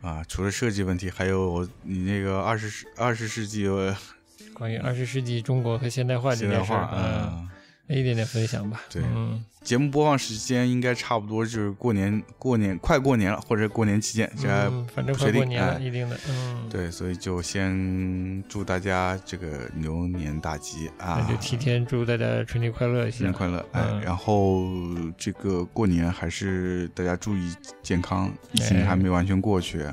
Speaker 1: 啊，除了设计问题，还有我你那个二十二十世纪呃
Speaker 2: 关于二十世纪中国和现代化这
Speaker 1: 现代
Speaker 2: 件事
Speaker 1: 化
Speaker 2: 儿，嗯，
Speaker 1: 啊，
Speaker 2: 一点点分享吧。
Speaker 1: 对
Speaker 2: 嗯，
Speaker 1: 节目播放时间应该差不多，就是过年过年快过年了，或者过年期间，这还
Speaker 2: 嗯反正
Speaker 1: 不
Speaker 2: 快
Speaker 1: 确
Speaker 2: 过
Speaker 1: 定
Speaker 2: 年了，
Speaker 1: 哎
Speaker 2: 一定的，嗯，
Speaker 1: 对，所以就先祝大家这个牛年大吉啊
Speaker 2: 那！就提前祝大家春节快乐一下，
Speaker 1: 新年快乐！哎，
Speaker 2: 嗯
Speaker 1: 然后这个过年还是大家注意健康，疫情
Speaker 2: 哎
Speaker 1: 还没完全过去。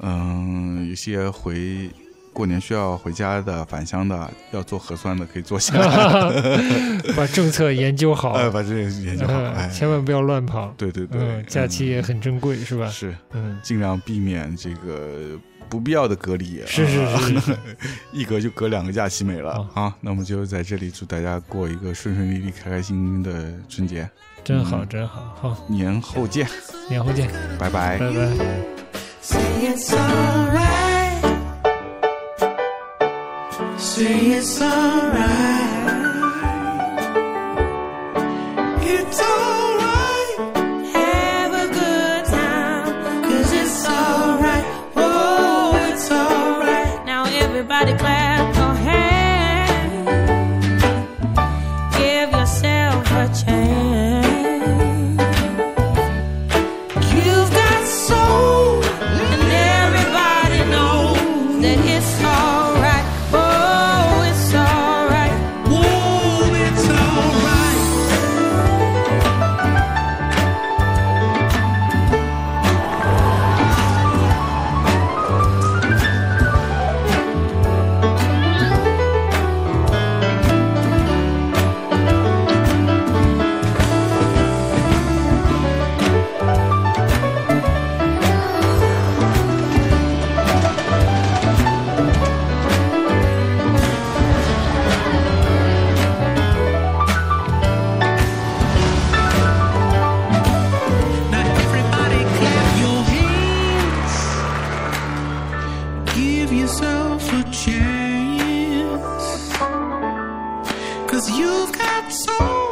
Speaker 1: 嗯，有些回过年需要回家的、返乡的，要做核酸的可以做 下来，
Speaker 2: 把政策研究好，
Speaker 1: 哎，把这个研究好。哎
Speaker 2: 嗯，千万不要乱跑。
Speaker 1: 对对对，
Speaker 2: 嗯，假期也很珍贵，是吧
Speaker 1: 嗯？是
Speaker 2: 嗯，
Speaker 1: 尽量避免这个不必要的隔离。
Speaker 2: 是哦是
Speaker 1: 啊
Speaker 2: 是是，
Speaker 1: 一隔就隔两个假期没了啊！那我们就在这里祝大家过一个顺顺利利、开开心心的春节，
Speaker 2: 真好
Speaker 1: 嗯
Speaker 2: 真好，好，
Speaker 1: 年后见，
Speaker 2: 年后见，
Speaker 1: 拜拜。
Speaker 2: 拜拜。
Speaker 3: Say it's alright. Say it's alright. It's alright. Have a good time. Cause it's alright. Oh, it's alright. Now everybody clap your hands. Give yourself a chance. You've got soul, and everybody knows that it's alright. Oh, it's alright. Whoa, it's alright. Now everybody clap your hands. Give yourself a chance. Cause you've got soul.